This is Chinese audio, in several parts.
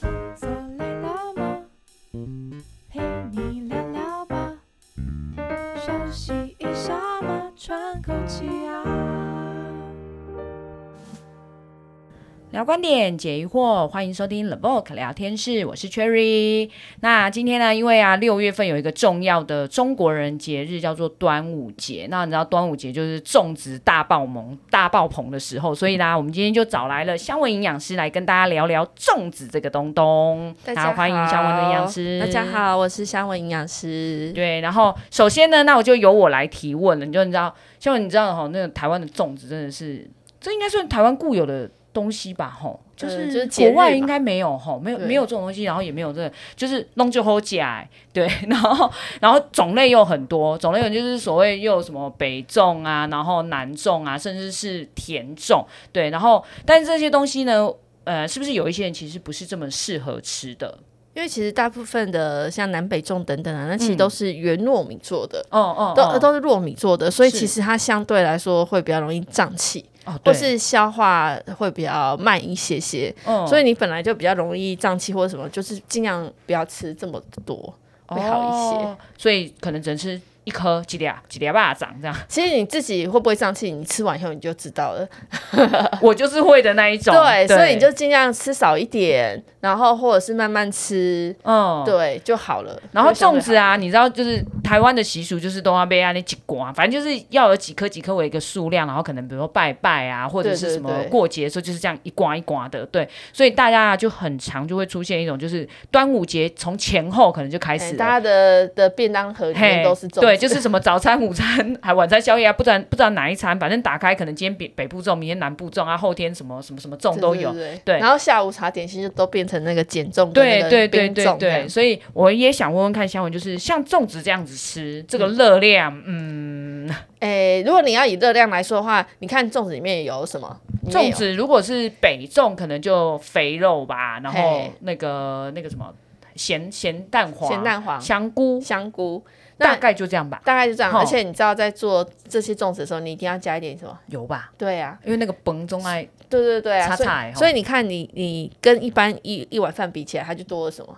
坐累了吗？陪你聊聊吧，休息一下嘛，喘口气啊。聊观点，解疑惑，欢迎收听 The Book 聊天室，我是 Cherry。那今天呢，因为啊六月份有一个重要的中国人节日叫做端午节，那你知道端午节就是种植大爆萌、大爆棚的时候，所以呢，我们今天就找来了香文营养师来跟大家聊聊粽子这个东东。大然家后欢迎香文的营养好师，大家。好，我是香文营养师。对，然后首先呢，那我就由我来提问了。你就你知道，像你知道哈，那个台湾的粽子真的是，这应该算台湾固有的东西吧？吼，就呃是、就是节国日外嘛应该没有吼，没有对没有这种东西，然后也没有这个，就是弄就好假、对，然后然后种类又很多，种类有就是所谓又有什么北粽啊，然后南粽啊，甚至是甜粽，对，然后但是这些东西呢，呃，是不是有一些人其实不是这么适合吃的？因为其实大部分的像南北粽等等啊，那其实嗯都是原糯米做的，哦哦，都、呃哦都是糯米做的，所以是其实它相对来说会比较容易胀气，哦，或对，是消化会比较慢一些些。嗯所以你本来就比较容易胀气或者什么，就是尽量不要吃这么多。会好一些哦所以可能只能吃一颗几粒啊几粒巴掌这样。 其实你自己会不会胀气，你吃完以后你就知道了。我就是会的那一种，对，所以你就尽量吃少一点，然后或者是慢慢吃，嗯。对就好了。然后就相对粽子啊，你知道，就是台湾的习俗，就是都要被啊那几刮，反正就是要有几颗几颗为一个数量，然后可能比如说拜拜啊，或者是对对什么对过节的时候就是这样一刮一刮的，对。所以大家啊就很常就会出现一种，就是端午节从前后可能就开哎始了大家的的便当盒里面都是粽子，对，就是什么早餐、午餐，还晚餐、宵夜啊，不知道不知道哪一餐，反正打开可能今天北北部粽，明天南部粽啊，后天什么什么什么粽都有对。对对对然后下午茶点心就都变成那个减重跟那对个对对冰对粽这对，样，所以我也想问问看香文，就是像粽子这样子吃，这个热量，嗯，哎，如果你要以热量来说的话，你看粽子里面有什么？里面粽有子如果是北粽，可能就肥肉吧，然后嘿那个那个什么咸咸蛋黄、咸蛋黄、香菇，香菇，那大概就这样吧，大概就这样。哦而且你知道，在做这些粽子的时候，你一定要加一点什么？有吧？对啊，因为那个崩中爱对对对啊，擦所以擦欸所以你看你，你跟一般一一碗饭比起来，它就多了什么？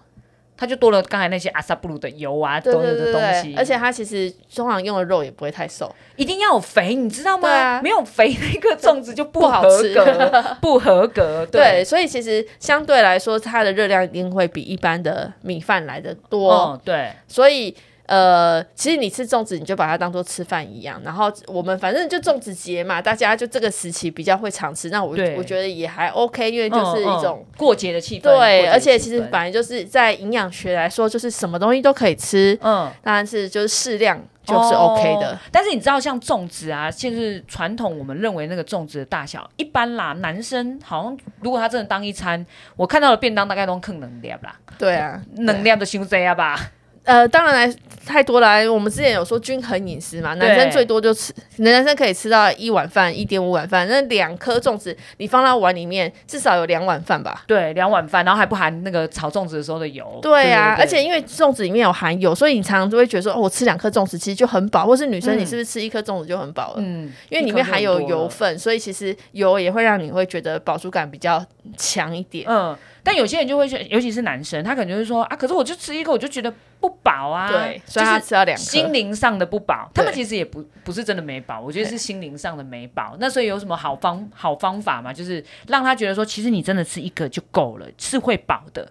它就多了刚才那些阿萨布鲁的油啊，对多对了的对东西对，，而且它其实通常用的肉也不会太瘦。一定要有肥，你知道吗？对啊没有肥那个粽子就不不好合吃 格，不合格。对，对，所以其实相对来说，它的热量一定会比一般的米饭来的多。哦，对，所以呃，其实你吃粽子，你就把它当做吃饭一样。然后我们反正就粽子节嘛，大家就这个时期比较会常吃。那我对我觉得也还 OK，因为就嗯是一嗯种。过节的气氛。过对，节而且的其气实氛本来就是在营养学来说，就是什么东西都可以吃，嗯。但是就是适量就是 OK 的。哦但是你知道，像粽子啊，就是传统我们认为那个粽子的大小，一般啦，男生好像如果他真的当一餐，我看到的便当大概都更能量啦，对啊，能量的修这样吧，呃，当然来太多了。我们之前有说均衡饮食嘛，男对生最多就吃，男生可以吃到一碗饭、一点五碗饭，那两颗粽子你放到碗里面，至少有两碗饭吧。对，两碗饭，然后还不含那个炒粽子的时候的油，对啊，对而且因为粽子里面有含油，所以你常常就会觉得说，哦，我吃两颗粽子其实就很饱，或是女生嗯你是不是吃一颗粽子就很饱了？嗯，因为里面含有油分。分，所以其实油也会让你会觉得饱足感比较强一点。嗯，但有些人就会说，尤其是男生，他可能就会说啊，可是我就吃一个，我就觉得不饱啊，对，就所以他是吃到两心颗。灵上的不饱。他们对其实也不不是真的没饱，我觉得对是心灵上的没饱。那所以有什么好方好方法吗？就是让他觉得说，其实你真的吃一个就够了，是会饱的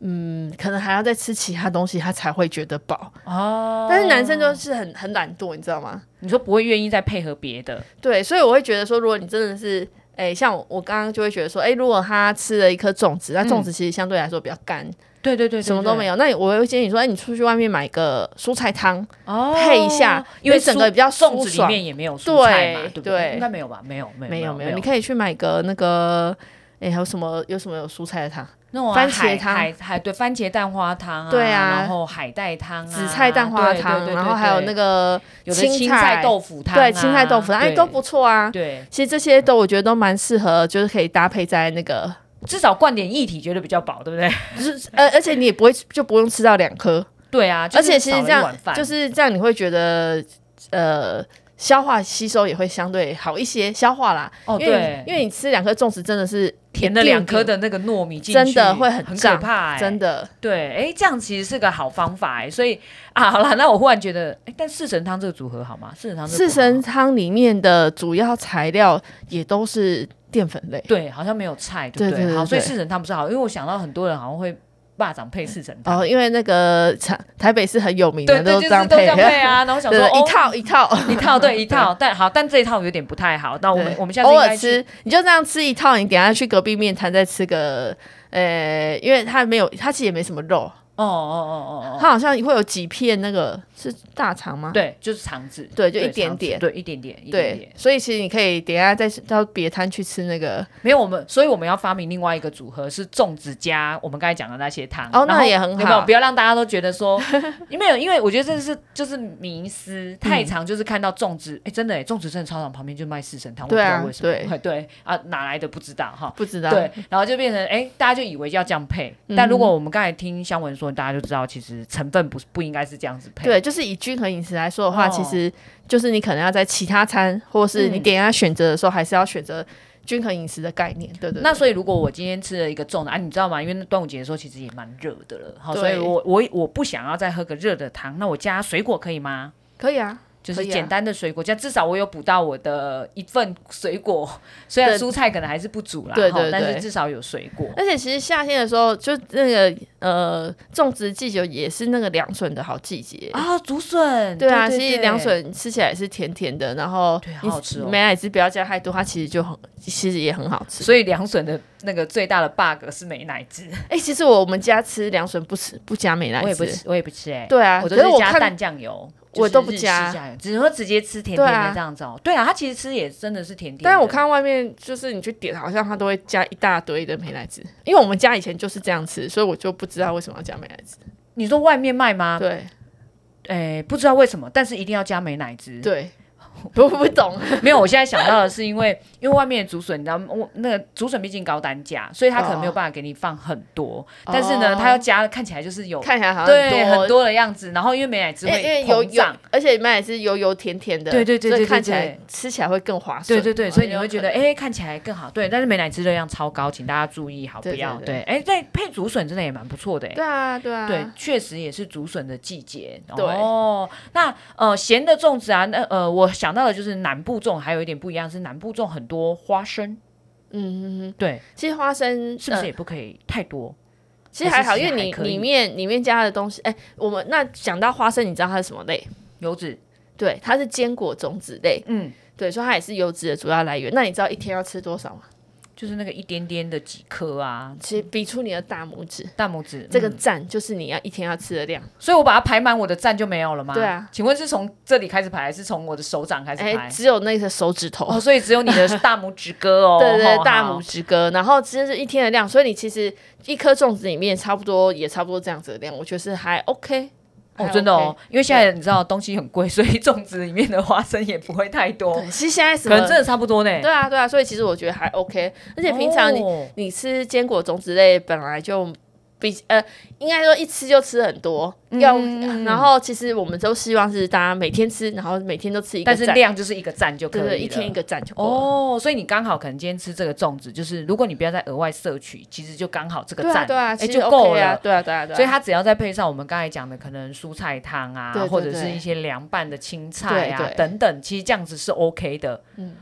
嗯，可能还要再吃其他东西，他才会觉得饱。哦但是男生就是很很懒惰，你知道吗？你说不会愿意再配合别的，对，所以我会觉得说，如果你真的是，哎、像我我刚刚就会觉得说，哎、如果他吃了一颗粽子，那粽子其实相对来说比较干，对嗯对对，什么都没有，有。那我会建议你说，哎、你出去外面买个蔬菜汤，哦配一下因为对整蔬个比较舒粽子里爽面也没有蔬菜嘛，对对不对应该没有吧？没有没有没有没没有，你可以去买个那个，哎、还有什么有什么有蔬菜的汤，那种啊番海茄汤海海对番茄蛋花汤啊，对啊然后海带汤啊，紫菜蛋花汤，对对对对然后还有那个有的青菜豆腐汤啊，对青菜豆腐汤，哎、对都不错啊。对，其实这些都我觉得都蛮适合，就是可以搭配在那个，至少灌点液体觉得比较饱，对不 对？就是呃，而且你也不会就不用吃到两颗，对啊，就而是且其实少了这一样碗饭就是这样，你会觉得呃消化吸收也会相对好一些，消化啦，哦因为对，因为你吃两颗粽子真的是甜了两颗的那个糯米进去，真的会很很可胀怕、欸，真的对，哎，这样其实是个好方法哎、所以啊，好啦，那我忽然觉得，哎，但四神汤这个组合好吗？四神汤这个四组合好神汤里面的主要材料也都是淀粉类。对，好像没有菜，对不对对对好，所以对四神汤不是好，因为我想到很多人好像会霸掌配四神汤，哦，因为那个台台北是很有名对的，对，都就是都这配，样配啊，然后我想 对说对，哦一套一套， 一套 对一套，但好，但这一套有点不太好，那我们对我们下次偶应尔该去吃，你就这样吃一套，你等下去隔壁面摊再吃个，呃，因为它没有，它其实也没什么肉，哦哦哦哦哦，它好像会有几片那个是大肠吗？对，就是肠子，对就一肠点子点对，一点点，一点对点，，所以其实你可以等一下再到别摊去吃那个，没有我们，所以我们要发明另外一个组合是粽子加我们刚才讲的那些汤，哦然那后也很有没有好不要让大家都觉得 说，因为有因为我觉得这是就是迷思，太嗯常就是看到粽子，哎，真的哎，粽子真的超场旁边就卖四神汤，我不对知啊道为什对么，对啊，哪来的不知道哈，不知道，对，然后就变成哎、诶大家就以为要这样配，嗯但如果我们刚才听香文说，大家就知道其实成分不是不应该是这样子配。对，就是以均衡饮食来说的话，哦其实就是你可能要在其他餐，或是你嗯点下选择的时候，还是要选择均衡饮食的概念。对对那对所以，如果我今天吃了一个粽子，啊，你知道吗？因为端午节的时候其实也蛮热的了，好，所以对我我我不想要再喝个热的汤，那我加水果可以吗？可以啊，就可是以啊简单的水果，加至少我有补到我的一份水果， 虽然对蔬菜可能还是不足啦，对哈对但是对至少有水果。而且其实夏天的时候，就那个呃，种植季节也是那个凉笋的好季节。啊，竹笋，呃对啊，对其实凉，笋吃起来也是甜甜的，然后对好你好吃哦美乃滋不要加太多，它其实就很，其实也很好对吃。所以凉笋的那个最大的 bug 是美乃滋，哎、其实我们家吃凉笋不吃不加美乃我也不滋，吃，我也不吃哎、对啊，我都可是是我加看淡酱油，就我是都不日式加酱油，只是说直接吃甜对甜的啊这样子哦。对啊，它其实吃也真的是甜甜的。但是我看到外面，就是你去点，好像它都会加一大堆的美乃滋，因为我们家以前就是这样吃，所以我就不知道为什么要加美乃滋。你说外面卖吗？对哎，不知道为什么，但是一定要加美乃滋。对，我不懂，没有，我现在想到的是，因为因为外面的竹笋，你知道，我那个竹笋毕竟高单价，所以它可能没有哦办法给你放很多。但是呢，哦它要加，看起来就是有看起来好像对很多，多的样子。然后因为美乃滋因为因会为油膨油胀，，而且美乃滋油油甜甜的，对对对所以对对看起对来吃起来会更划算。对对对，所以你有会觉得可能哎、看起来更好。对，但是美乃滋热量超高，请大家注意好，不对对要对对。哎，对，配竹笋真的也蛮不错的哎。对啊对啊对，确实也是竹笋的季节。对哦，那呃，咸的粽子啊，那呃，我想到的就是南部粽，还有一点不一样是南部粽很多花生，嗯嗯嗯，对，其实花生是不是呃嗯也不可以太多？其实还好，还是因其实为你还可以里面里面加的东西，哎，我们那讲到花生，你知道它是什么类？油脂，对，它是坚果种子类，嗯，对，所以它也是油脂的主要来源。那你知道一天要吃多少吗？就是那个一点点的几颗啊，其实比出你的大拇指，大拇指这个嗯赞就是你要一天要吃的量。所以我把它排满我的赞就没有了吗？对啊请问是从这里开始排，还是从我的手掌开始哎、排？只有那个手指头，哦，所以只有你的大拇指哥哦， 对对吼对，大拇。好指哥，然后其实是一天的量，所以你其实一颗粽子里面差不多也差不多这样子的量，我觉得是还 OK。哦，真的哦，，因为现在你知道东西很贵，所以粽子里面的花生也不会太多，对，其实现在什可能真么？的差不多呢。对啊，对啊，所以其实我觉得还 OK，而且平常你、哦你吃坚果种子类本来就比呃，应该说一吃就吃很多，要、嗯然后其实我们都希望是大家每天吃，然后每天都吃一个但是赞，量就是一个赞就可对以了。对，一天一个赞就够了。哦，所以你刚好可能今天吃这个粽子，就是如果你不要再额外摄取，其实就刚好这个对啊，赞，对啊，哎其实就够 OK 啊了。对啊，对啊，对啊。所以它只要再配上我们刚才讲的可能蔬菜汤啊，对对或者是对一些凉拌的青菜啊对对嗯等等，其实这样子是 OK 的。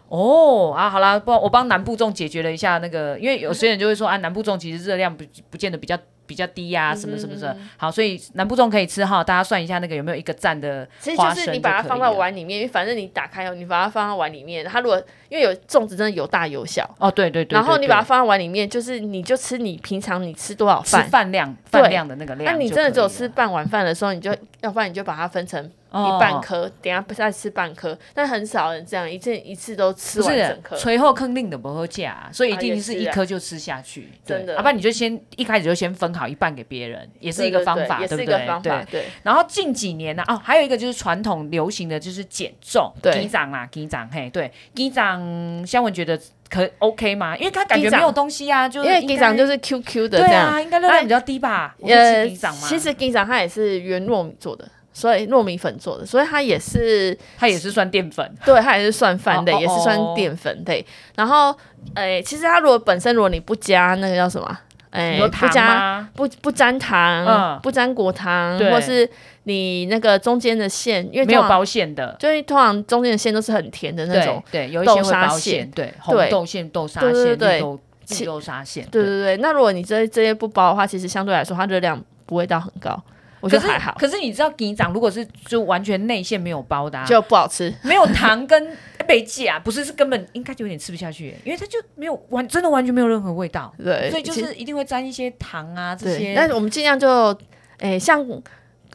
哦啊，好啦，帮我帮南部粽解决了一下那个，因为有些人就会说啊，南部粽其实热量不不见得比较。比较低嗯呀、啊，什么什么的，好，所以南部粽可以吃哈，大家算一下那个有没有一个赞的其实花就生是你把它可以放到了碗里面，因为反正你打开后，你把它放到碗里面，它如果因为有粽子真的有大有小，哦，对对对然后你把它它放到碗里面，就是你就吃你平常你吃多少吃饭。饭量对饭量的那个那量就可以了，你真的只有吃半碗饭的时候，你就要不然你就把它分成哦一半颗，等一下再吃半颗。但很少人这样一次一次都吃不完是整颗。锤后坑令的不喝价、所以一啊定也是是一啊颗就吃下去，对真的要不然你就先一开始就先分好一半给别人，也是一个对对方对法，也对是不一个对？方法，对。对。然后近几年呢、哦，还有一个就是传统流行的就是减重，对鸡掌啦，鸡掌，嘿，对，鸡掌，香文觉得可 OK 吗？因为他感觉鸡掌没有东西啊，就因为应鸡掌该就是 QQ 的对啊这样，呃哎啊，应该热量比较低吧？我就吃鸡掌嘛，其实鸡掌它也是原糯米做的，所以糯米粉做的，所以它也是它也是算淀粉，对，它也是算饭类，哦哦哦也是算淀粉类。然后，诶、其实它如果本身如果你不加那个叫什么，诶、你说哎不糖加吗？不不沾糖，嗯不沾果糖，对或是你那个中间的馅，因为没有通常，包馅的，就是通常中间的馅都是很甜的那种对。对，有一些豆会沙包馅馅，对，红对豆馅、豆沙对对馅、对绿豆其绿豆沙馅，对对对，那如果你这这些不包的话，其实相对来说它热量不会到很高，我觉可得是还好，可是你知道，鸡掌如果是就完全内馅没有包的、啊，就不好吃。没有糖跟北极啊，不是是根本应该就有点吃不下去耶，因为它就没有完，真的完全没有任何味道，对，所以就其实是一定会沾一些糖啊这对，些。但是我们尽量就，诶、像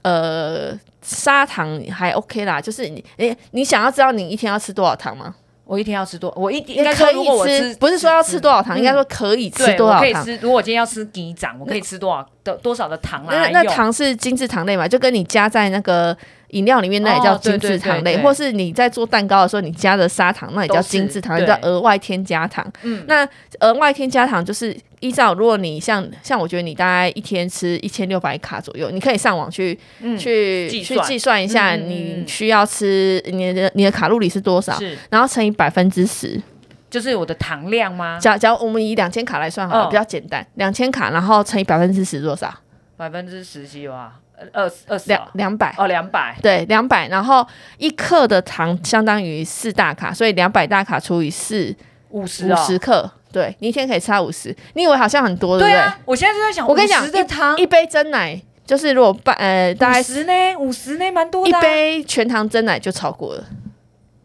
呃砂糖还 OK 啦，就是你，诶、你想要知道你一天要吃多少糖吗？我一天要吃多，我一应也该可说如果以我吃吃，，嗯不是说要吃多少糖，应该说可以吃对，多我少可以糖。吃。如果我今天要吃鸡掌，我可以吃多少的多少的糖那来那用糖是精致糖类嘛，就跟你加在那个饮料里面，那也叫哦对精致对对糖类，对或是你在做蛋糕的时候，你加的砂糖，那也叫都是精致糖，也对叫额外添加糖。嗯，那额外添加糖就是依照，如果你像像我觉得你大概一天吃一千六百卡左右，你可以上网去、嗯去计去算计算一下嗯嗯嗯你嗯需要吃你的你的卡路里是多少，是嗯然后乘以百分之十。就是我的糖量吗？假假如我们以两千卡来算好了，嗯比较简单，两千卡然后乘以百分之十多少？百分之十几吧，呃二二十两啊两百。哦两百对，两百，然后一克的糖相当于四大卡，所以两百大卡除以四，五十五啊十。克。对，你一天可以吃到五十，你以为好像很多，对对不对？啊，我现在就在想，我跟你讲50的糖一杯真奶就是如果半呃大概五十呢，五十呢，蛮多一的啊、杯全糖真奶就超过了，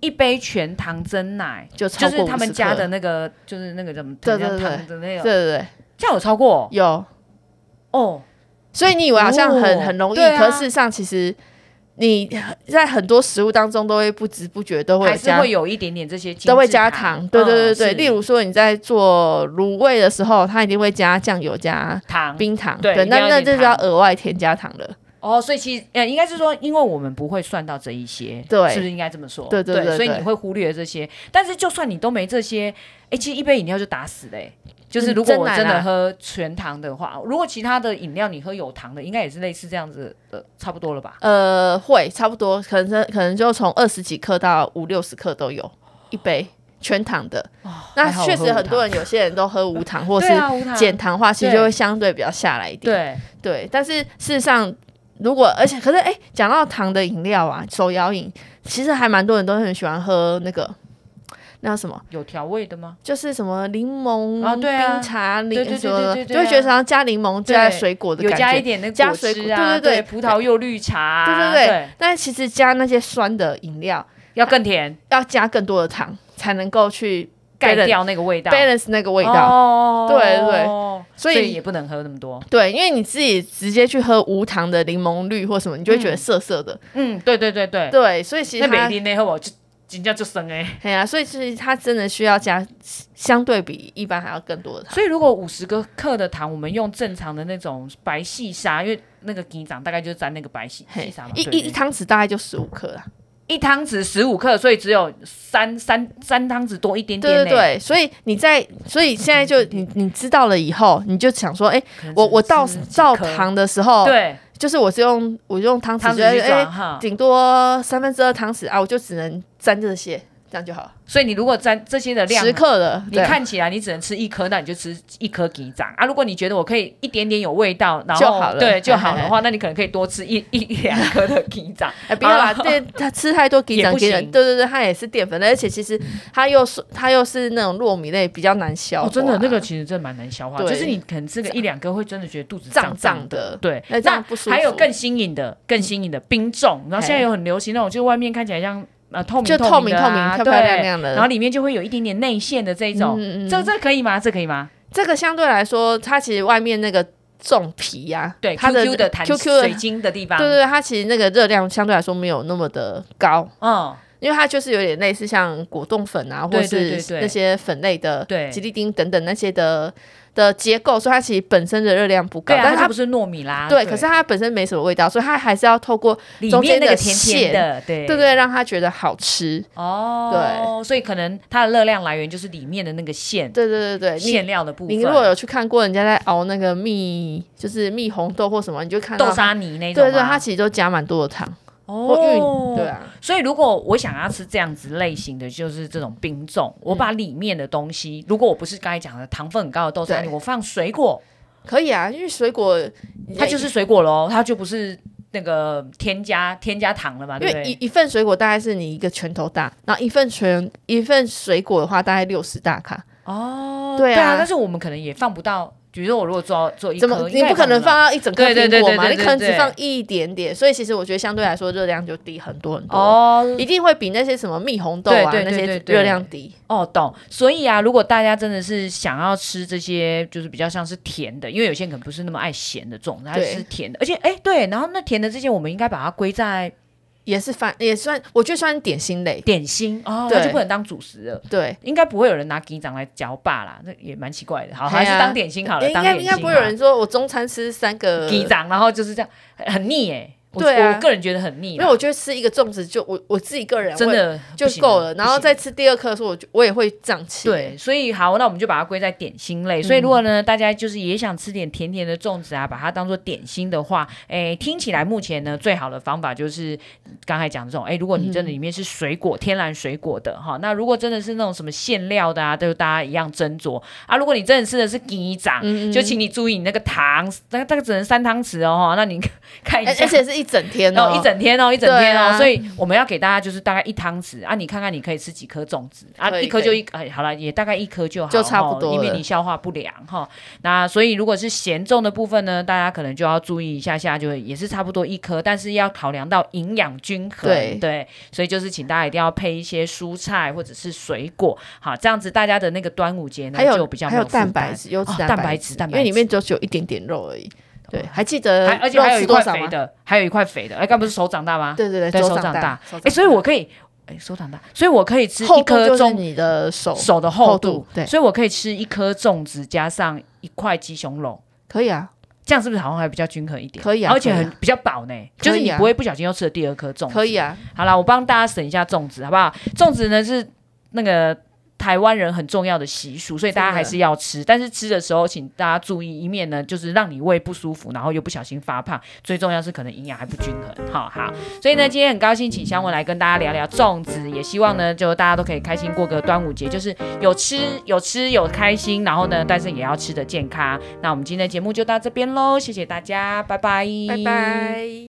一杯全糖真奶，就就超是过他们50克家的，那个，就是那个怎么对对怎么样对糖的那对个，对对，这样有超过有。哦，所以你以为好像很哦很容易，对啊可事实上其实你在很多食物当中都会不知不觉都会有还是加会。有一点点这些精致都会加糖，对对对对。嗯例如说你在做卤味的时候，它一定会加酱油、加是糖冰糖，对一定那要那一点这就要糖额外添加糖了。哦，所以其实呃，应该是说，因为我们不会算到这一些，对是不是应该这么说？对对对对所以你会忽略这些。但是就算你都没这些，哎，其实一杯饮料就打死嘞、诶就是嗯如果真我奶真啦的喝全糖的话，如果其他的饮料你喝有糖的，应该也是类似这样子的，差不多了吧？呃，会差不多，可能是可能就从二十几克到五六十克都有一杯全糖的。那还好我确喝实无很多糖人有些人都喝 无糖或是对啊，无糖减糖的话，其实对就会相对比较下来一点。对，对，但是事实上，如果而且可是哎，讲到糖的饮料啊，手摇饮其实还蛮多人都很喜欢喝那个。那叫什么有调味的吗？就是什么柠檬啊对啊冰茶柠对对对什么的，对对对就会对觉得啊好像加柠檬加水果的有感觉，加一点那个加果水汁果啊，对对对葡萄柚绿茶啊，对对对但其实加那些酸的饮料，要更甜，要加更多的糖才能够去盖 balance- 掉那个味道， balance 那个味道。哦对对所所以以也不能喝那么多。对，因为你自己直接去喝无糖的柠檬绿或什么，你就会觉得嗯涩涩的。嗯，对对对对，对，所以其那实每它，天那喝我就人家就生哎。哎呀、所以其实它真的需要加相对比一般还要更多的 糖。所以如果五十个克的糖，我们用正常的那种白细沙，因为那个鸡掌大概就沾那个白细细嘿沙嘛，，一对一对一汤匙大概就十五克啦。一汤匙十五克，所以只有三三三汤匙多一点对点对呢。对，所以你在，所以现在就你你知道了以后，你就想说，哎、可能我我只倒是几倒颗，糖的时候，对就是我是用我用汤匙哦汤觉得，匙去哎、装哈。顶多三分之二汤匙啊，我就只能沾这些，这样就好了，所以你如果沾这些的量啊十克了。你对，看起来你只能吃一颗，那你就吃一颗鸡掌啊。如果你觉得我可以一点点有味道，然后就好了对就好的话，那你可能可以多吃一一一两颗的鸡掌。哎，不要啦，啊对他吃太多给也长不给人，行嗯对对对，它也是淀粉类，而且其实它又是它又是那种糯米类，比较难消化。啊哦，真的那个其实真的蛮难消化，对就是你可能吃个一两颗会真的觉得肚子胀胀胀的。的，对，那这样不舒服。还有更新颖的、更新颖的冰粽，然后现在有很流行那种，就外面看起来像呃透明就透明的透明、啊漂漂亮对亮的，然后里面就会有一点点内馅的这一种。嗯嗯嗯这这可以吗？这可以吗？这个相对来说，它其实外面那个重皮呀，对它，QQ 的弹 QQ 的水，啊晶的地方，对对对，它其实那个热量相对来说没有那么的高，嗯，因为它就是有点类似像果冻粉啊，或对对是对对那些粉类的对吉利丁等等那些的的结构，所以它其实本身的热量不高，对啊，嗯但是它它不是糯米啦，对，可是它本身没什么味道，所以它还是要透过里中间面那的个甜甜的，对对对对让它觉得好吃。哦，对，所以可能它的热量来源就是里面的那个馅对对对对，你馅料的部分，你如果有去看过人家在熬那个蜜，就是蜜红豆或什么，你就看到豆它沙泥那种对吗，哦对，它其实都加蛮多的糖。或运，对啊，所以如果我想要吃这样子类型的，就是这种冰粽，我把里面的东西，如果我不是刚才讲的糖分很高的豆沙对泥，我放水果，可以啊，因为水果它就是水果喽，它就不是那个添加添加糖了嘛，因对不为对？一一份水果大概是你一个拳头大，然后一份全一份水果的话大概六十大卡，哦对啊但是我们可能也放不到，比如说我如果做做一颗，怎么应你该也不可能到放到一整颗对对苹对果对嘛？对你可能对对只放一点点，所以其实我觉得相对来说热量就低很多很多，哦一定会比那些什么蜜红豆啊对对那对些对对热量低。哦，懂。所以啊，如果大家真的是想要吃这些，就是比较像是甜的，因为有些人可能不是那么爱咸的粽子，它对是甜的，而且哎，对，然后那甜的这些，我们应该把它归在也是饭，也算，我觉得算点心类。点心哦，对它就不能当主食了。对，应该不会有人拿鸡掌来嚼霸啦，那也蛮奇怪的。好，哎还呀是当点心好了，应当该点心应该好。不会有人说我中餐吃三个鸡，掌，然后就是这样，很很腻哎。我对啊我个人觉得很腻因啦，为我觉得吃一个粽子就我我自己个人真会的就不行啊够了，然后不行再吃第二颗的时候，我就我也会胀气。欸对，，所以好，那我们就把它归在点心类。嗯所以如果呢，大家就是也想吃点甜甜的粽子啊，把它当做点心的话，诶，听起来目前呢最好的方法就是刚才讲这种，诶，如果你嗯真的里面是水果、天然水果的哈，那如果真的是那种什么馅料的啊，都大家一样斟酌啊。如果你真的吃的是鸡掌，嗯就请你注意你那个糖，那那个只能三汤匙哦，哈那你 看一而下而。且是一整天然哦，后一整天哎哦，一整天哦，对啊所以我们要给大家就是大概一汤匙啊，你看看你可以吃几颗粽子啊，可以一颗就一，哎，好了，也大概一颗就好，就差不哦多了以免你消化不良哈、那所以如果是咸粽的部分呢，大家可能就要注意一下下，就也是差不多一颗，但是要考量到营养均衡，对所以就是请大家一定要配一些蔬菜或者是水果，好，这样子大家的那个端午节呢还有就比较没还有负担蛋白。质，优质哦蛋蛋白白质，质蛋因为白里质哦面就只有一点点肉而已。对，还记得还而且肉还有吃一多块少肥吗？的，还有一块肥的，哎，该不是手掌大吗？对对对手手掌掌大大，手哎，掌所以我可以，哎，手掌大，所以我可以吃厚一度颗就是粽你的手，手的厚厚度对所以我可以吃一颗粽子加上一块鸡胸肉，可以啊，这样是不是好像还比较均衡一点？可以啊而且可以很啊比较饱呢，可以啊就是你不会不小心又吃了第二颗粽子。可以，啊，好啦，我帮大家省一下粽子，好不好？粽子呢是那个。台湾人很重要的习俗，所以大家真还的是要吃。但是吃的时候，请大家注意，以免呢就是让你胃不舒服，然后又不小心发胖。最重要是可能营养还不均衡，好好。所以呢，今天很高兴请香文来跟大家聊聊粽子，也希望呢，就大家都可以开心过个端午节，就是有吃有吃有开心，然后呢，但是也要吃的健康。那我们今天的节目就到这边喽，谢谢大家，拜拜，拜拜。